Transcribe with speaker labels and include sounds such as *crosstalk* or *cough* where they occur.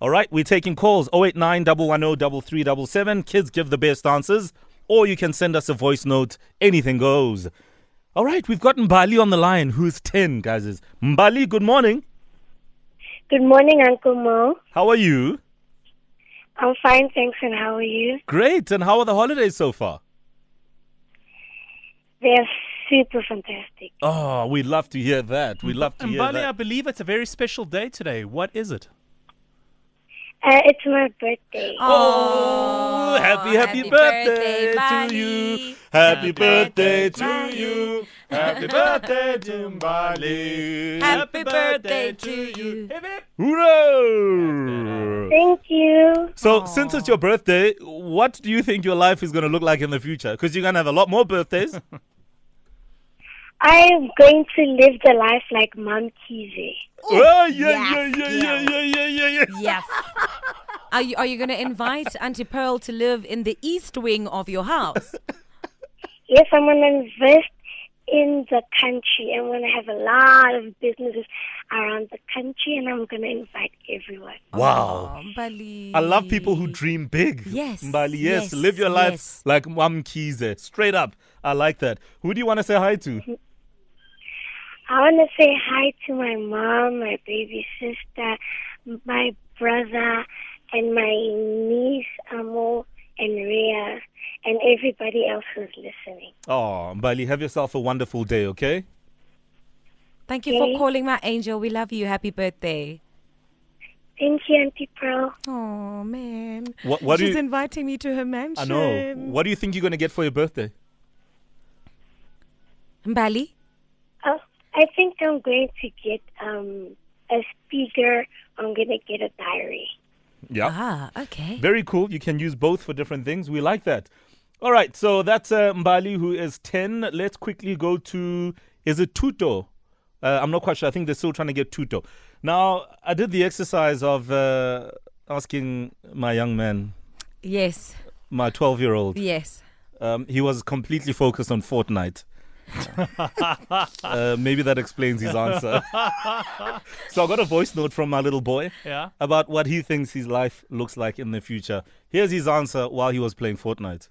Speaker 1: All right, we're taking calls 089 110 3377. Kids give the best answers, or you can send us a voice note. Anything goes. All right, we've got Mbali on the line, who's 10, guys. Mbali, good morning.
Speaker 2: Good morning, Uncle Mo.
Speaker 1: How are you?
Speaker 2: I'm fine, thanks, and how are you?
Speaker 1: Great. And how are the holidays so far?
Speaker 2: They're super fantastic.
Speaker 1: Oh, we love to hear that. We love to
Speaker 3: And
Speaker 1: hear
Speaker 3: Bali, I
Speaker 1: that.
Speaker 3: believe it's a very special day today. What is it?
Speaker 2: Uh, it's my birthday.
Speaker 1: Oh, happy, happy,
Speaker 4: happy
Speaker 1: birthday,
Speaker 4: birthday,
Speaker 1: to
Speaker 4: Mbali.
Speaker 1: you. Happy
Speaker 3: Happy
Speaker 1: birthday
Speaker 3: birthday,
Speaker 1: to you. Happy birthday to Mbali.
Speaker 4: Happy birthday to you.
Speaker 1: Hooray!
Speaker 2: Thank you.
Speaker 1: So, since it's your birthday, what do you think your life is going to look like in the future? Because you're going to have a lot more
Speaker 4: *laughs*
Speaker 1: birthdays. Oh,
Speaker 2: I'm going to live the life like Mom Kize.
Speaker 1: oh, yeah, yeah,
Speaker 4: yes,
Speaker 1: yeah, yeah, yeah, yeah, yeah, yeah.
Speaker 4: Yes. Are you, are you going to invite Auntie Pearl to live in the east wing of
Speaker 1: *laughs*
Speaker 4: your house?
Speaker 2: Yes, I'm going to invest in the country. I'm going to have a lot of businesses around the country, and I'm going to invite everyone.
Speaker 1: Wow.
Speaker 4: Oh, Mbali.
Speaker 1: I love people who dream big.
Speaker 4: eh, Yes,
Speaker 1: Mbali, yes.
Speaker 4: yes,
Speaker 1: Live your life
Speaker 4: yes.
Speaker 1: like Mom Kize. Straight up. I like that. Who do you want to say hi to?
Speaker 2: I want to say hi to my mom, my baby sister, my brother, and my niece, Amo, and Rhea, and everybody else who's listening.
Speaker 1: Oh, Mbali, have yourself a wonderful day, okay?
Speaker 4: Thank you for
Speaker 2: Okay.
Speaker 4: calling my angel. We love you. Happy birthday.
Speaker 2: Thank you, Auntie Pearl.
Speaker 4: Oh, man.
Speaker 1: What- what do
Speaker 4: She's
Speaker 1: you-
Speaker 4: inviting me to her mansion.
Speaker 1: I know. What do you think you're going to get for your birthday?
Speaker 4: Mbali?
Speaker 2: Oh, I think I'm going to get um, a speaker. I'm going to get a diary.
Speaker 1: Yeah.
Speaker 4: Ah, okay.
Speaker 1: Very cool. You can use both for different things. We like that. All right. So that's uh, Mbali, who is 10. Let's quickly go to, is it Tuto? Uh, I'm not quite sure. I think they're still trying to get Tuto. Now, I did the exercise of uh, asking my young man,
Speaker 4: Yes.
Speaker 1: my 12 year old.
Speaker 4: Yes.
Speaker 1: Um, he was completely focused on Fortnite. uh, maybe that explains his answer. so I got a voice note from my little boy
Speaker 3: Yeah.
Speaker 1: about what he thinks his life looks like in the future. Here's his answer while he was playing Fortnite.